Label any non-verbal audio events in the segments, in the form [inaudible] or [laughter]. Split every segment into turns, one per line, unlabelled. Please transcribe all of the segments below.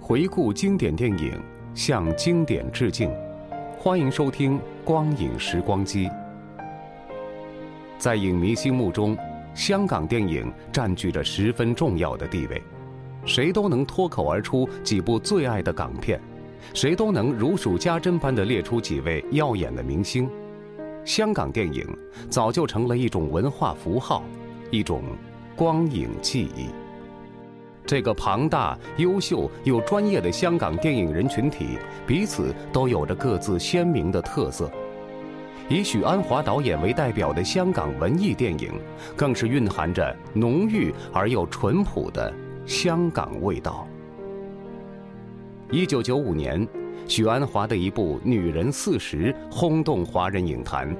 回顾经典电影，向经典致敬。欢迎收听《光影时光机》。在影迷心目中，香港电影占据着十分重要的地位，谁都能脱口而出几部最爱的港片，谁都能如数家珍般的列出几位耀眼的明星。香港电影早就成了一种文化符号，一种光影记忆。这个庞大、优秀又专业的香港电影人群体，彼此都有着各自鲜明的特色。以许鞍华导演为代表的香港文艺电影，更是蕴含着浓郁而又淳朴的香港味道。一九九五年，许鞍华的一部《女人四十》轰动华人影坛。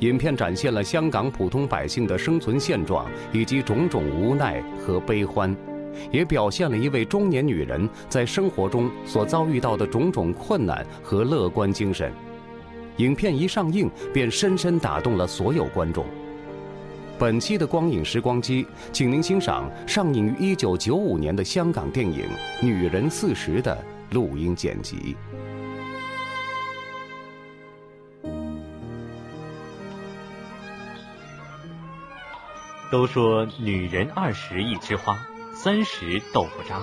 影片展现了香港普通百姓的生存现状以及种种无奈和悲欢，也表现了一位中年女人在生活中所遭遇到的种种困难和乐观精神。影片一上映便深深打动了所有观众。本期的光影时光机，请您欣赏上映于1995年的香港电影《女人四十》的录音剪辑。
都说女人二十一枝花，三十豆腐渣。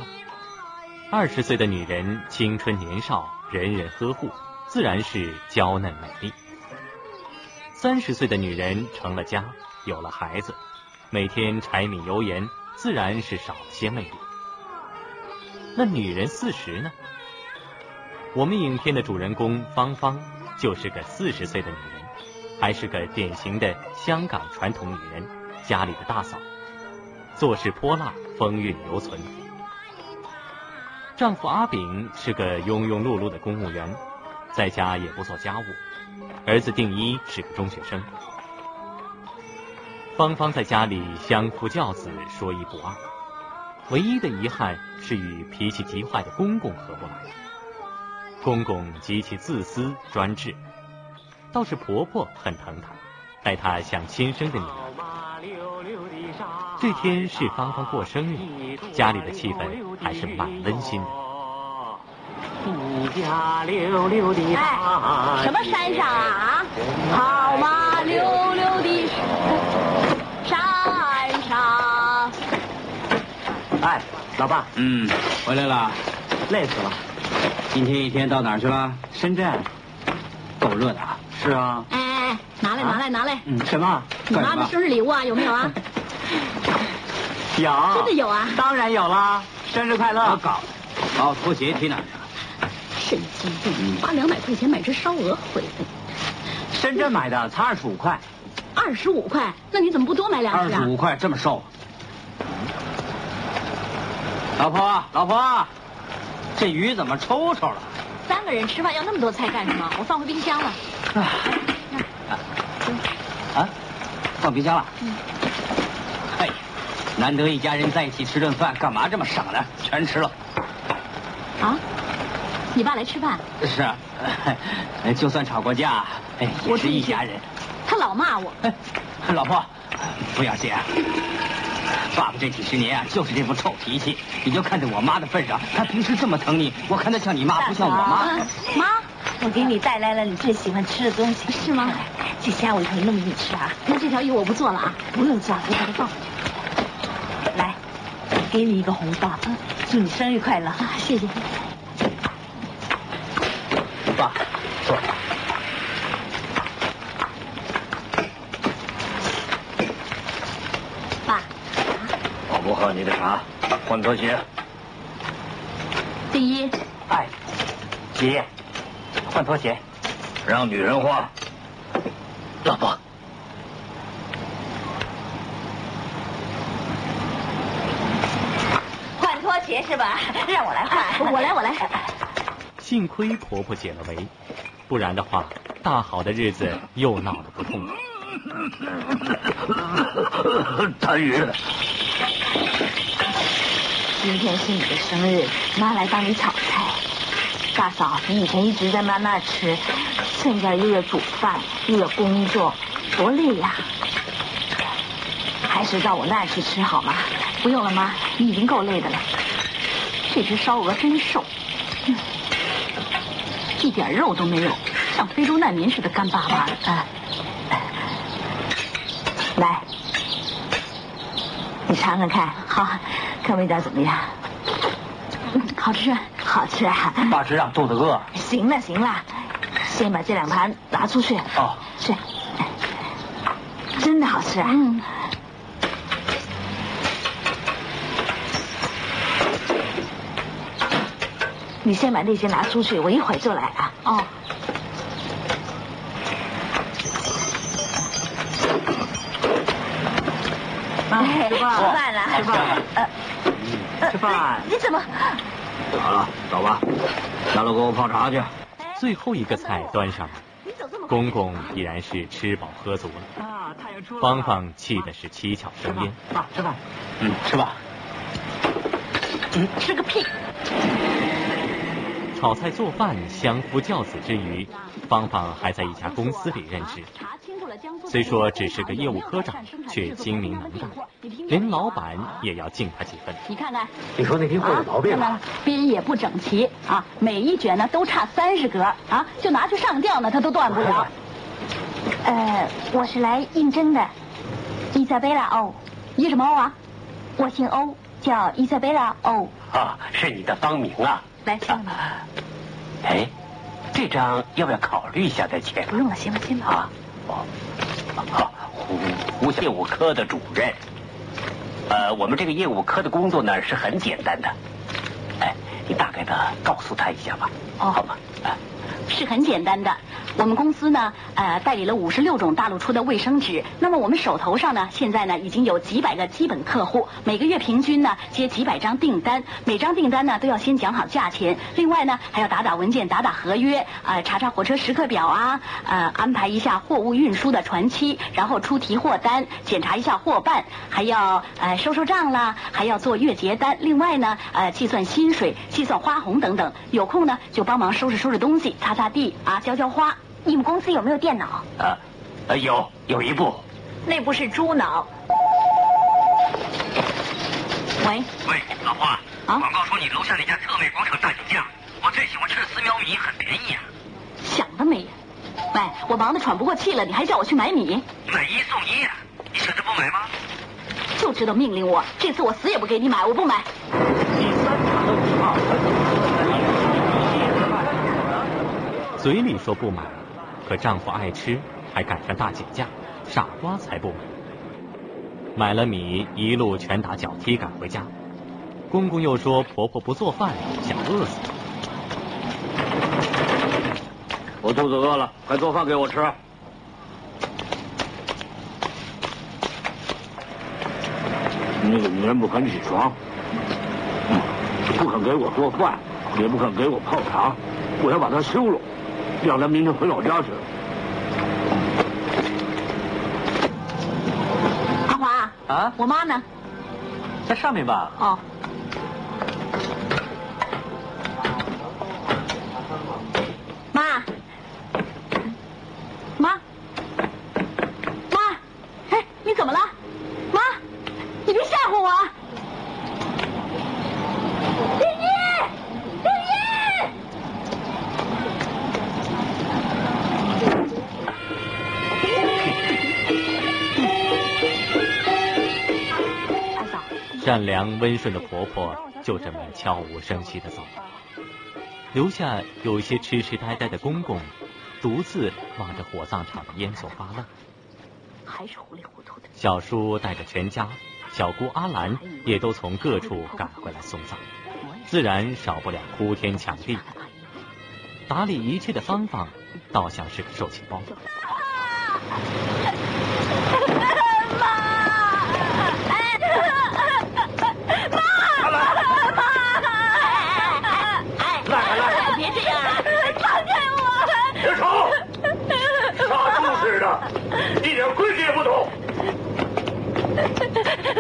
二十岁的女人青春年少，人人呵护，自然是娇嫩美丽。三十岁的女人成了家，有了孩子，每天柴米油盐，自然是少了些魅力。那女人四十呢？我们影片的主人公芳芳就是个四十岁的女人，还是个典型的香港传统女人，家里的大嫂，做事泼辣，风韵犹存。丈夫阿炳是个庸庸碌碌的公务员，在家也不做家务，儿子定一是个中学生。芳芳在家里相夫教子，说一不二，唯一的遗憾是与脾气极坏的公公合不来。公公极其自私专制，倒是婆婆很疼她，待她像亲生的女儿。这天是芳芳过生日，家里的气氛还是蛮温馨的。
哎，什么山上啊？啊，好嘛，溜溜的山上。
哎，老爸，
嗯，
回来了，累死了。今天一天到哪儿去了？深圳，够热的啊。是啊。
哎，拿来，拿来，拿来！
嗯，什么？
你妈的生日礼物啊，有没有啊？
有。
真的有啊！
当然有啦！生日快乐！我搞，把我拖鞋踢哪儿去了？啊
神经病，花两百块钱买只烧鹅回来，
深圳买的，才二十五块。
二十五块，那你怎么不多买两
二
只
十
啊？
五块，这么瘦。老婆，老婆，这鱼怎么抽抽了？
三个人吃饭要那么多菜干什么？我放回冰箱了。
哎啊，放冰箱了。哎呀，难得一家人在一起吃顿饭，干嘛这么省呢？全吃了。
啊，你爸来吃饭，
是啊， [laughs] 哎就算吵过架，哎，也是一家人。
他老骂我。
哎，老婆，不要这样。爸爸这几十年啊，就是这副臭脾气。你就看在我妈的份上，她平时这么疼你，我看她像你啊妈，不像我妈。
啊妈，
我给你带来了你最喜欢吃的东西，
是吗？
这下我可弄给你吃啊！
那这条鱼我不做了啊，
不用做了，我把它放回去。来，给你一个红包，祝你生日快乐。
啊，谢谢。
爸，坐。
爸，
我不喝你的茶，换拖鞋。
第一，
哎，爷，换拖鞋。让女人换。老婆。
换拖鞋是吧？ [laughs] 让我来换，
我来，我来。
幸亏婆婆解了围，不然的话，大好的日子又闹得不痛快。
单于，
今天是你的生日，妈来帮你炒菜。大嫂，你以前一直在妈那吃，现在又要煮饭，又要工作，多累呀、还是到我那儿去吃好吗？不用了，妈，你已经够累的了。这只烧鹅真瘦，嗯一点肉都没有，像非洲难民似的干巴巴的。啊来，你尝尝看，好，看味道怎么样？嗯好吃，好吃啊！
爸是让肚子饿。
行了行了，先把这两盘拿出去。
哦，
是，真的好吃啊！嗯，你先把那些拿出去，我一会儿就来啊。哦，
啊
哎吃饭了，
吃饭，
呃
吃饭。
你怎么？
好了，走吧。下楼给我泡茶去。
最后一个菜端上来，
你走这么快
公公已然是吃饱喝足了，
啊，太阳出了。
芳芳气的是七窍生烟。
爸，吃饭。嗯，吃吧。
吃个屁！
炒菜做饭、相夫教子之余，芳芳还在一家公司里任职。虽说只是个业务科长，却精明能干，连老板也要敬他几分。
你看看，
你说那批货有毛病
啊
吧？
边也不整齐啊，每一卷呢都差三十格啊，就拿去上吊呢，它都断不了。
[laughs] 呃，我是来应征的，伊莎贝拉欧，
一什么啊？
我姓欧，叫伊莎贝拉欧。
啊，是你的芳名啊。
来，上吧，
哎，这张要不要考虑一下再签
不用了，行了，行了。
啊？哦，好，胡胡业务科的主任。呃，我们这个业务科的工作呢是很简单的。哎，你大概的告诉他一下吧，
哦
好吗？哎，
是很简单的。我们公司呢，呃，代理了五十六种大陆出的卫生纸。那么我们手头上呢，现在呢已经有几百个基本客户，每个月平均呢接几百张订单，每张订单呢都要先讲好价钱，另外呢还要打打文件、打打合约，呃，查查火车时刻表啊，呃，安排一下货物运输的船期，然后出提货单，检查一下货办，还要呃收收账啦，还要做月结单。另外呢，呃，计算薪水、计算花红等等。有空呢就帮忙收拾收拾东西，擦擦地啊，浇浇花。
你们公司有没有电脑？
呃，呃有有一部。
那不是猪脑。
喂，
喂，老婆，
啊
广告说你楼下那家特美广场大酒家，我最喜欢吃的丝苗米，很便宜啊，
想得美！喂，我忙得喘不过气了，你还叫我去买米，
买一送一啊，你舍得不买吗？
就知道命令我。这次我死也不给你买，我不买。
嘴里说不买，可丈夫爱吃，还赶上大减价，傻瓜才不买。买了米，一路拳打脚踢赶回家。公公又说婆婆不做饭，想饿死。
我肚子饿了，快做饭给我吃。那个女人不肯起床，嗯不肯给我做饭，也不肯给我泡茶，我要把她休了，让她明天回老家去。
阿华
啊
我妈呢？
在上面吧。
哦，妈，妈，妈，哎，你怎么了？妈，你别吓唬我啊！
这善良温顺的婆婆就这么悄无声息的走了，留下有些痴痴呆呆的公公，独自望着火葬场的烟囱发愣。
还是糊里糊涂的。
小叔带着全家，小姑阿兰也都从各处赶回来送葬，自然少不了哭天抢地。打理一切的芳芳倒像是个受气包。
哎哎
来来来，
别这样，放开我！
别吵，杀猪似的，一点规矩也不懂。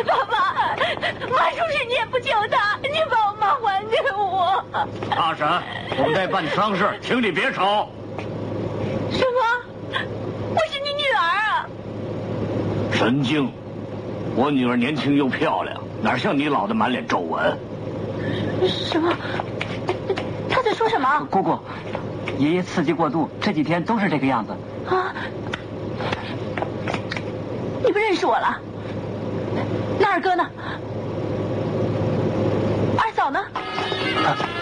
爸爸，妈说是你也不救他，你把我妈还给我。
大婶，我们在办丧事，请你别吵。
什么？我是你女儿啊！
神经，我女儿年轻又漂亮，哪像你老的满脸皱纹？
什么？他在说什么？
姑姑，爷爷刺激过度，这几天都是这个样子。
啊！你不认识我了？那二哥呢？二嫂呢？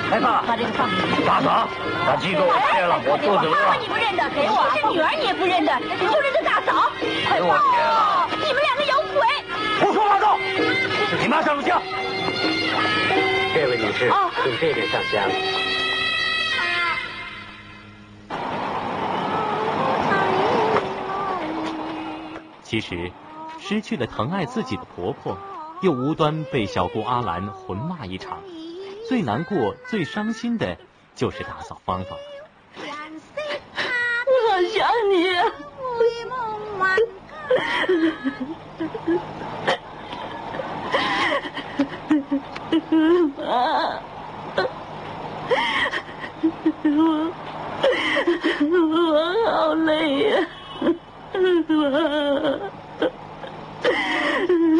哎爸，
把这个放下。
打扫，把机构切了，我负责
哎妈妈你不认得，我
哎
是女儿你也不认得，你就认得大嫂。快
啊我天啊
你们两个有鬼！
胡说八道！你妈上录像。这位女士，用这边上香。
其实，失去了疼爱自己的婆婆，又无端被小姑阿兰混骂一场，最难过、最伤心的就是打扫芳芳。
我好想你啊！我我好累呀、我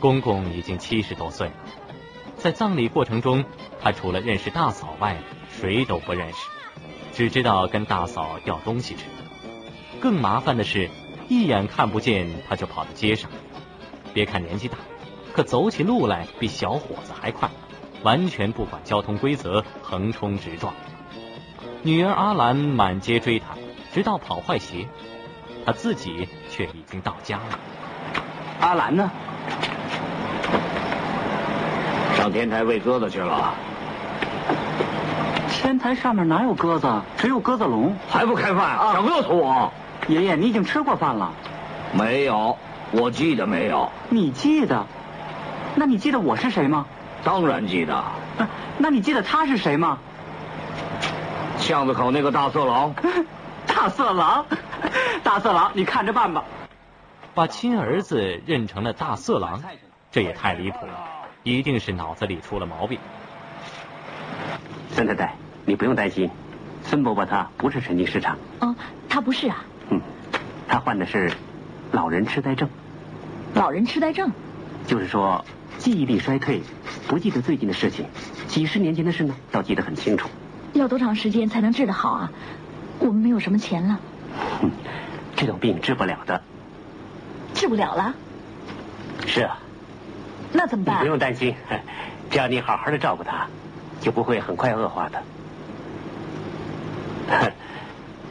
公公已经七十多岁了，在葬礼过程中，他除了认识大嫂外，谁都不认识，只知道跟大嫂要东西吃。更麻烦的是，一眼看不见他就跑到街上。别看年纪大，可走起路来比小伙子还快，完全不管交通规则，横冲直撞。女儿阿兰满街追他，直到跑坏鞋，他自己却已经到家了。
阿兰呢？上天台喂鸽子去了。
天台上面哪有鸽子？只有鸽子笼。啊
还不开饭？啊想饿死我？
爷爷，你已经吃过饭了，
没有，我记得没有，
你记得？那你记得我是谁吗？
当然记得。
啊那你记得他是谁吗？
巷子口那个大色狼，
[laughs] 大色狼， [laughs] 大色狼，你看着办吧。
把亲儿子认成了大色狼，这也太离谱了，一定是脑子里出了毛病。
孙太太，你不用担心，孙伯伯他不是神经失常，
哦，他不是啊，
嗯，他患的是老人痴呆症，
老人痴呆症。
就是说记忆力衰退，不记得最近的事情，几十年前的事呢，倒记得很清楚。
要多长时间才能治得好啊？我们没有什么钱了，
嗯，这种病治不了的。
治不了了，
是啊，
那怎么
你
办
不？用担心， [laughs] 只要你好好的照顾他，就不会很快恶化的。 [laughs]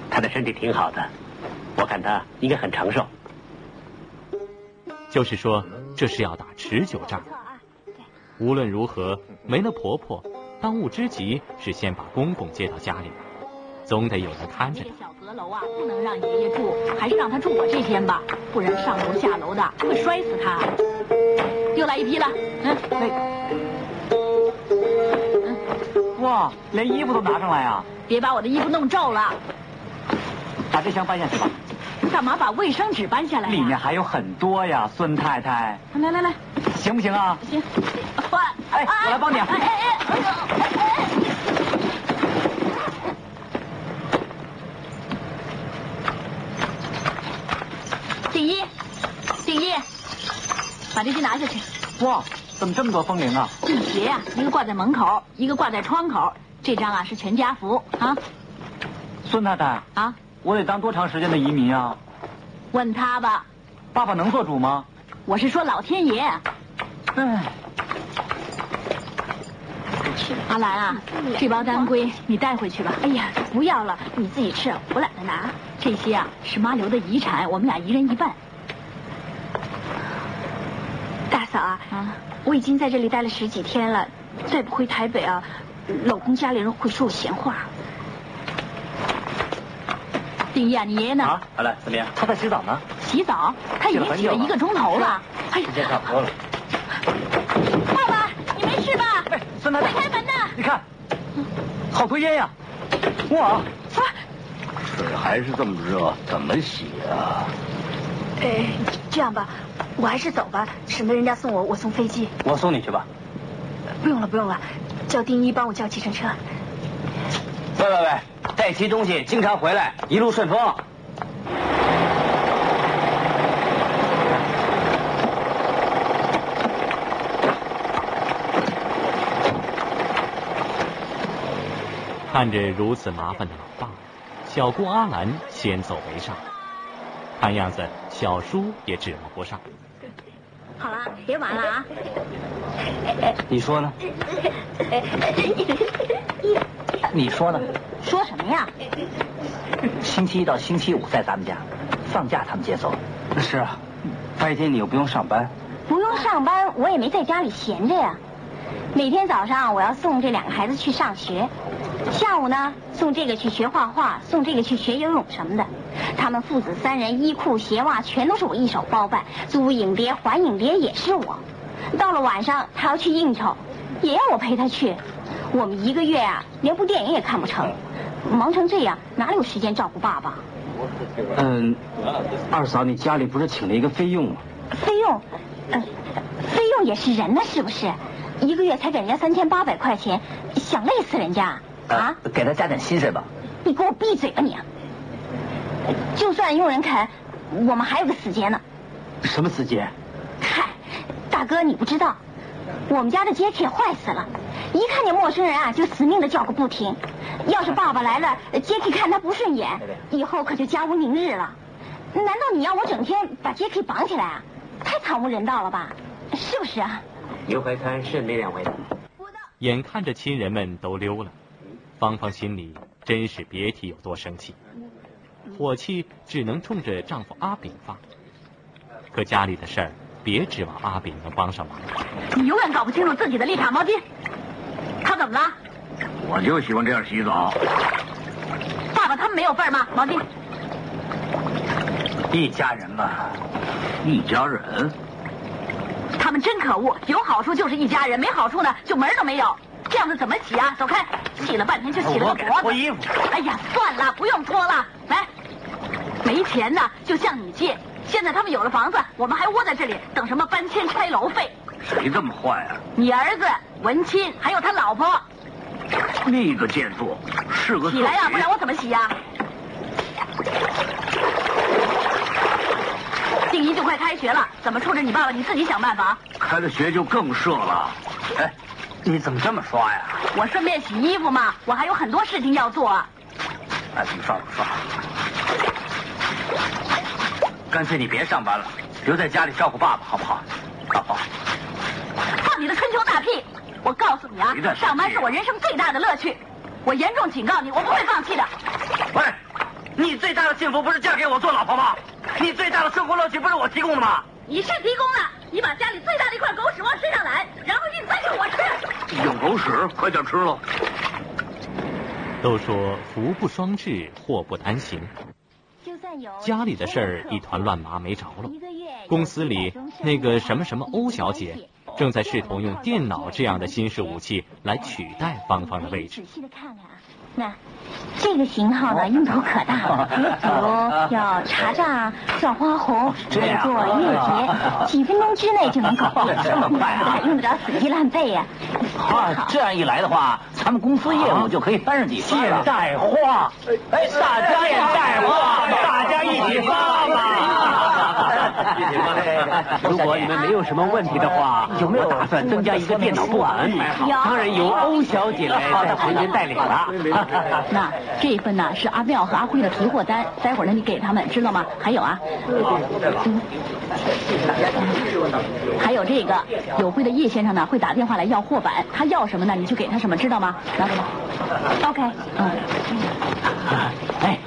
他的身体挺好的，我看他应该很长寿。
就是说，这是要打持久战。无论如何，没了婆婆，当务之急是先把公公接到家里来，总得有人看
这
着
个。小阁楼啊，不能让爷爷住，还是让他住我这间吧，不然上楼下楼的会摔死他。又来一批了，嗯，
哇，连衣服都拿上来啊！
别把我的衣服弄皱了。
把这箱搬下去吧。
干嘛把卫生纸搬下来、啊？
里面还有很多呀，孙太太。
来来来，
行不行啊？
行。换，
哎，我来帮你。
哎哎哎！哎哎顶一，顶一，把这些拿下去。
哇，怎么这么多风铃啊？
这鞋呀、一个挂在门口，一个挂在窗口。这张啊是全家福啊
孙太太，
啊！
我得当多长时间的移民啊？
问他吧，
爸爸能做主吗？
我是说老天爷。
嗯啊
哎，
阿兰啊，这包当归你带回去吧。
哎呀，不要了，你自己吃，我懒得拿。
这些啊是妈留的遗产，我们俩一人一半。
大嫂啊，
啊
我已经在这里待了十几天了，再不回台北啊，老公家里人会说我闲话。
丁一啊，你爷爷呢？
啊，好了，怎么样？
他在洗澡呢。
洗澡，他已经洗了一个钟头了。哎呀
时，间差不多了。
爸爸，你没事吧？
哎，孙太
快
太，
开门呐！
你看，好多烟呀！哇，
水还是这么热，怎么洗啊？
哎，这样吧，我还是走吧，省得人家送我，我送飞机。
我送你去吧。
不用了，不用了，叫丁一帮我叫计程车。
喂喂喂，带齐东西，经常回来，一路顺风。
看着如此麻烦的老爸，小姑阿兰先走为上。看样子小叔也指望不上。
好了，别玩了啊！
你说呢？你说呢？
说什么呀？
星期一到星期五在咱们家，放假他们接走。是啊，白天你又不用上班。
不用上班，我也没在家里闲着呀。每天早上我要送这两个孩子去上学，下午呢送这个去学画画，送这个去学游泳什么的。他们父子三人衣裤鞋袜全都是我一手包办，租影碟还影碟也是我。到了晚上他要去应酬，也要我陪他去。我们一个月啊连部电影也看不成，忙成这样哪里有时间照顾爸爸？
嗯，二嫂，你家里不是请了一个菲佣吗？
费用，呃，费用也是人呢，是不是？一个月才给人家三千八百块钱，想累死人家啊！，
呃给他加点薪水吧。
你给我闭嘴吧你！啊就算佣人肯，我们还有个死结呢。
什么司机？
嗨，大哥你不知道，我们家的杰克坏死了，一看见陌生人啊就死命的叫个不停。要是爸爸来了，杰克看他不顺眼，以后可就家无宁日了。难道你要我整天把杰克绑起来啊？太惨无人道了吧？是不是啊？
牛排摊是没两回头。
眼看着亲人们都溜了，芳芳心里真是别提有多生气，火气只能冲着丈夫阿炳发。可家里的事儿，别指望阿炳能帮上忙。
你永远搞不清楚自己的立场，毛巾。他怎么了？
我就喜欢这样洗澡，
爸爸他们没有份儿吗？毛巾，
一家人嘛，一家人。
他们真可恶，有好处就是一家人，没好处呢就门儿都没有。这样子怎么洗啊？走开！洗了半天就洗了
我
个
给
脖
他脱
子。
衣服。
哎呀，算了，不用脱了。来，没钱呢就向你借。现在他们有了房子，我们还窝在这里等什么搬迁拆楼费？
谁这么坏啊？
你儿子文钦还有他老婆，
那个贱妇是个
起来呀、不然我怎么洗呀、静怡就快开学了，怎么处置你爸爸你自己想办法。
开了学就更社了。哎，你怎么这么说呀？
我顺便洗衣服嘛，我还有很多事情要做啊。
哎，你放放，干脆你别上班了，留在家里照顾爸爸好不好？好不好？
放你的春秋大屁！我告诉你啊
谁的，
上班是我人生最大的乐趣。我严重警告你，我不会放弃的。
喂，你最大的幸福不是嫁给我做老婆吗？你最大的生活乐趣不是我提供的吗？
你是提供了，你把家里最大的一块狗屎往身上揽，然后硬塞给我吃。
有狗屎，快点吃喽！
都说福不双至，祸不单行，
就算有
家里的事儿一团乱麻没着了。
一个月有
公司里那个什么什么欧小姐，正在试图用电脑这样的新式武器来取代芳芳的位置。
仔细的看看啊，那这个型号
哦
呢，用途可大，
[laughs]
比如要茶榨、叫花红，
哦
还有做月结，几分钟之内就能搞定。
啊 [laughs] 这么快啊
[laughs] 用得着死记烂背呀、
啊，这样一来的话，咱们公司业务就可以翻上几番了。
代化，
哎，大家也带话，大家一起发吧。 [laughs] 如果你们没有什么问题的话，有啊没有打算增加一个电脑部门？当然由欧小姐来在旁边带领了。啊
[laughs] 那这一份呢是阿妙和阿辉的批货单，待会儿呢你给他们知道吗？还有啊，嗯还有这个有会的叶先生呢会打电话来要货板，他要什么呢你就给他什么，知道吗？拿过来。OK，嗯，
哎，哎，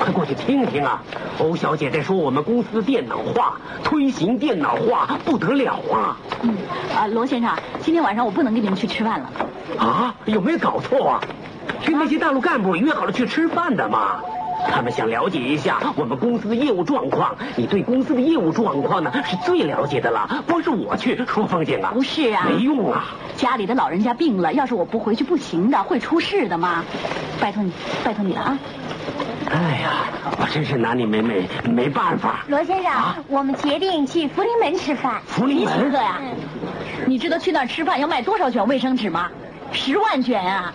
快过去听听啊！欧小姐在说我们公司电脑化，推行电脑化不得了啊！
嗯，啊罗先生，今天晚上我不能跟你们去吃饭了。
啊，有没有搞错啊？跟那些大陆干部约好了去吃饭的嘛？他们想了解一下我们公司的业务状况，你对公司的业务状况呢是最了解的了，光是我去说风景啊，
不是啊，
没用啊！
家里的老人家病了，要是我不回去不行的，会出事的嘛。拜托你，拜托你了啊！
哎呀，我真是拿你没没没办法。
罗先生，我们决定去福临门吃饭。
福临门
哥呀，你知道去那儿吃饭要卖多少卷卫生纸吗？十万卷啊！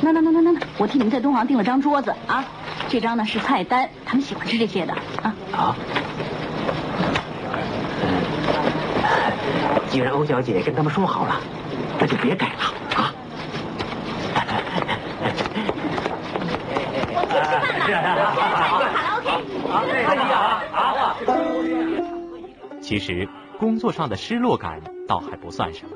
那那那那那那，我替你们在东航订了张桌子啊，这张呢是菜单，他们喜欢吃这些的啊。
啊。既然欧小姐跟他们说好了，那就别改了啊。
我们去吃饭吧。好了，OK。
其实工作上的失落感倒还不算什么。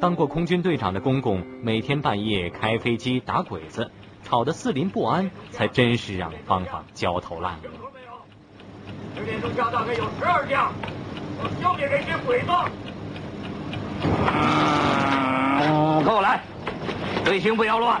当过空军队长的公公，每天半夜开飞机打鬼子，吵得四邻不安，才真是让芳芳焦头烂额。
十点钟下大概有十二架，我消灭这些鬼子。
呃跟我来，队形不要乱。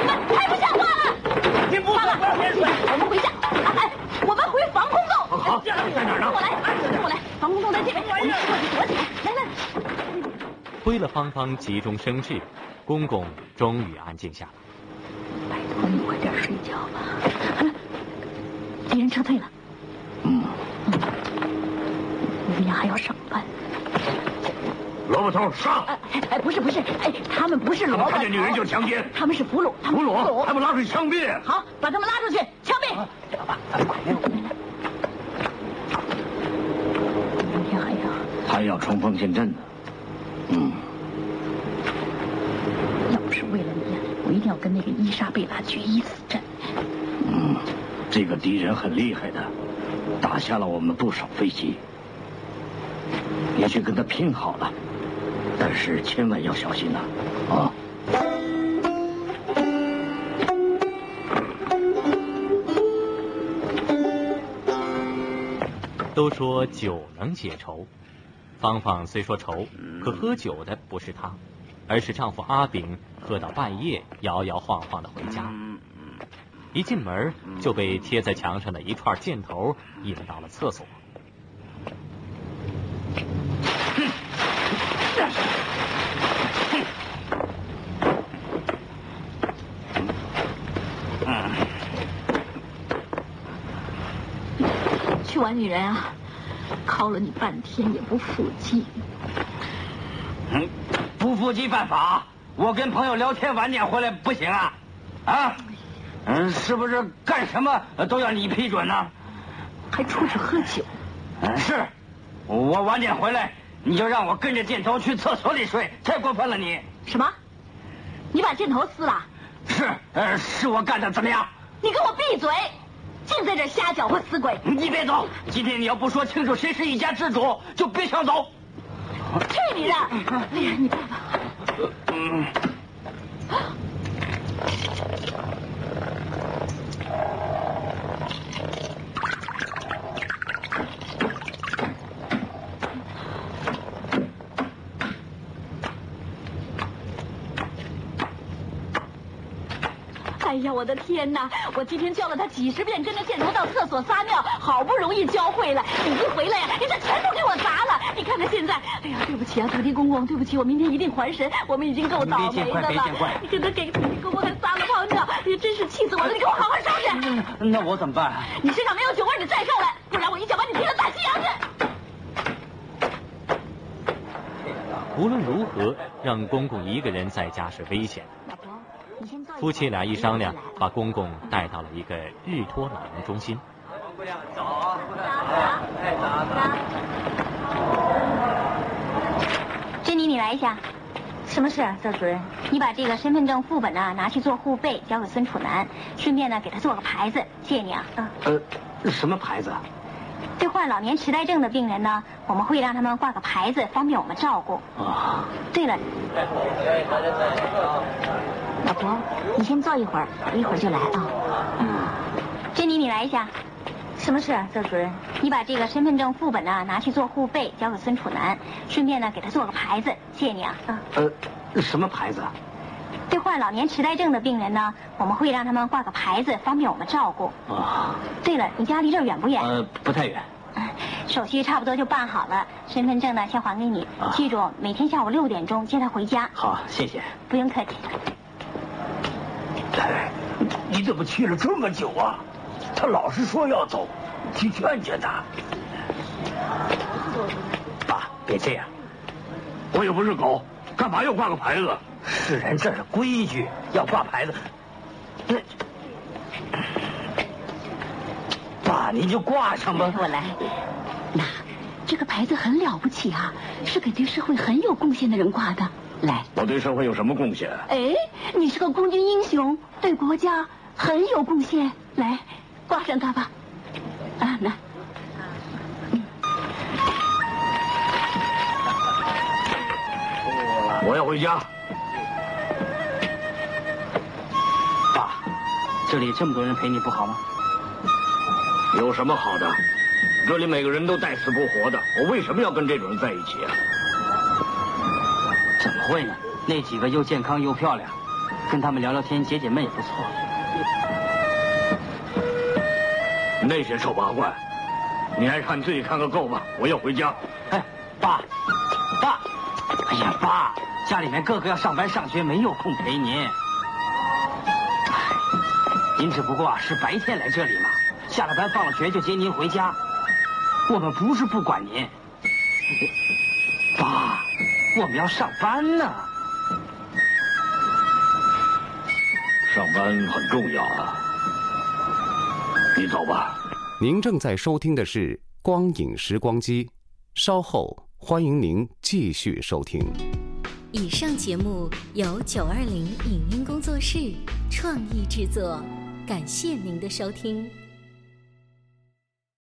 你们太不像话了！
您哎不
爸爸，
哎
我们回家。啊哎，我们回防空洞。
好，在
哎
哪儿
跟
呢
我？来，跟我来，防空洞在这边，我们过去躲起来。来来。
亏了芳芳急中生智，公公终于安静下来。
我们快点睡觉吧。好了，敌人撤退了。嗯，我们俩还要上班。
萝卜头上，
哎哎，不是不是，哎，他们不是萝卜头，
看见女人就强奸，
他们是俘虏，他们
俘
是
虏，还不拉出去枪毙！
哎
好，把他们拉出去，枪毙！明天还要
还要冲锋陷阵呢。嗯，
要不是为了你，我一定要跟那个伊莎贝拉决一死战。
这个敌人很厉害的，打下了我们不少飞机。也许跟他拼好了，但是千万要小心呐、啊！
都说酒能解愁，芳芳虽说愁，可喝酒的不是她，而是丈夫阿炳喝到半夜摇摇晃晃的回家，一进门就被贴在墙上的一串箭头引到了厕所。
去玩女人啊，敲了你半天也不腹肌。
嗯，不腹肌犯法，我跟朋友聊天晚点回来不行啊？啊？嗯，是不是干什么都要你批准呢、
还出去喝酒，
嗯，是，我晚点回来，你就让我跟着箭头去厕所里睡，太过分了你。
什么？你把箭头撕了？
是，呃，是我干的，怎么样？
你给我闭嘴！
净在这瞎搅和死鬼！
你别走，今天你要不说清楚谁是一家之主，就别想走。
去你的！哎呀，你爸爸。嗯哎呀，我的天哪！我今天教了他几十遍跟着建筑到厕所撒尿，好不容易教会了。你一回来呀、你这全都给我砸了！你看看现在，哎呀，对不起啊，土地公公，对不起，我明天一定还神。我们已经够倒霉的
别见怪别
了
见怪，
你给他给土地公公还撒了泡尿，你真是气死我了！你给我好好收拾，
那我怎么办？
啊
你身上没有酒味儿，你再上来，不然我一脚把你踢到大西洋去！
无论如何，让公公一个人在家是危险的。
老婆，你先坐
夫妻俩一商量，把公公带到了一个日托老人中心。
姑娘，早。哎，
珍妮，你来一下。什么事啊，赵主任？你把这个身份证副本呢、拿去做护背，交给孙楚南，顺便呢给他做个牌子，谢谢你啊。嗯，
呃，什么牌子？啊？
对患老年痴呆症的病人呢，我们会让他们挂个牌子，方便我们照顾。
啊，
对了，老婆，你先坐一会儿，我一会儿就来啊。嗯，珍妮，你来一下。什么事啊，赵主任？你把这个身份证副本呢、拿去做护背，交给孙楚南，顺便呢给他做个牌子，谢谢你啊。嗯，
呃，什么牌子？啊？
对患老年痴呆症的病人呢，我们会让他们挂个牌子，方便我们照顾。
啊，
对了，你家离这儿远啊不远？
呃，不太远。
[laughs]
手续差不多就办好了，身份证呢先还给你。
啊
记住，每天下午六点钟接他回家。
好，谢谢。
不用客气。
哎你怎么去了这么久啊？他老是说要走，去劝劝他。
爸，别这样，我又不是狗，干嘛要挂个牌子？
是人这是规矩，要挂牌子。那爸，您就挂上吧。
我来。这个牌子很了不起啊，是给对社会很有贡献的人挂的。来，
我对社会有什么贡献？
哎，你是个空军英雄，对国家很有贡献。来，挂上它吧。啊，来，
我要回家。爸，这里这么多人陪你不好吗？有什么好的？这里每个人都带死不活的，我为什么要跟这种人在一起啊？
怎么会呢？那几个又健康又漂亮，跟他们聊聊天解解闷也不错。
那些丑八怪，你爱看你自己看个够吧。我要回家。
哎，爸，爸，哎呀，爸，家里面哥哥要上班上学，没有空陪您。哎您只不过啊是白天来这里嘛，下了班放了学就接您回家。我们不是不管您，爸，我们要上班呢。
上班很重要啊。你走吧。
您正在收听的是《光影时光机》，稍后欢迎您继续收听。
以上节目由九二零影音工作室创意制作，感谢您的收听。